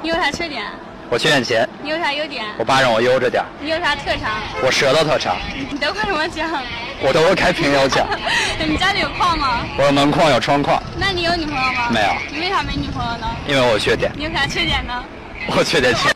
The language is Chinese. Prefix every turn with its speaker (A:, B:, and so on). A: 你有啥缺点？
B: 我缺点钱，
A: 你有啥优点？
B: 我爸让我悠着点儿，
A: 你有啥特长？
B: 我舌头特长，
A: 你得过什么奖？
B: 我得过开平遥奖。
A: 你家里有矿吗？
B: 我有门框有窗框，
A: 那你有女朋友吗？
B: 没有
A: 你为啥没女朋友呢？
B: 因为我有缺点，
A: 你有啥缺点呢？
B: 我缺点钱。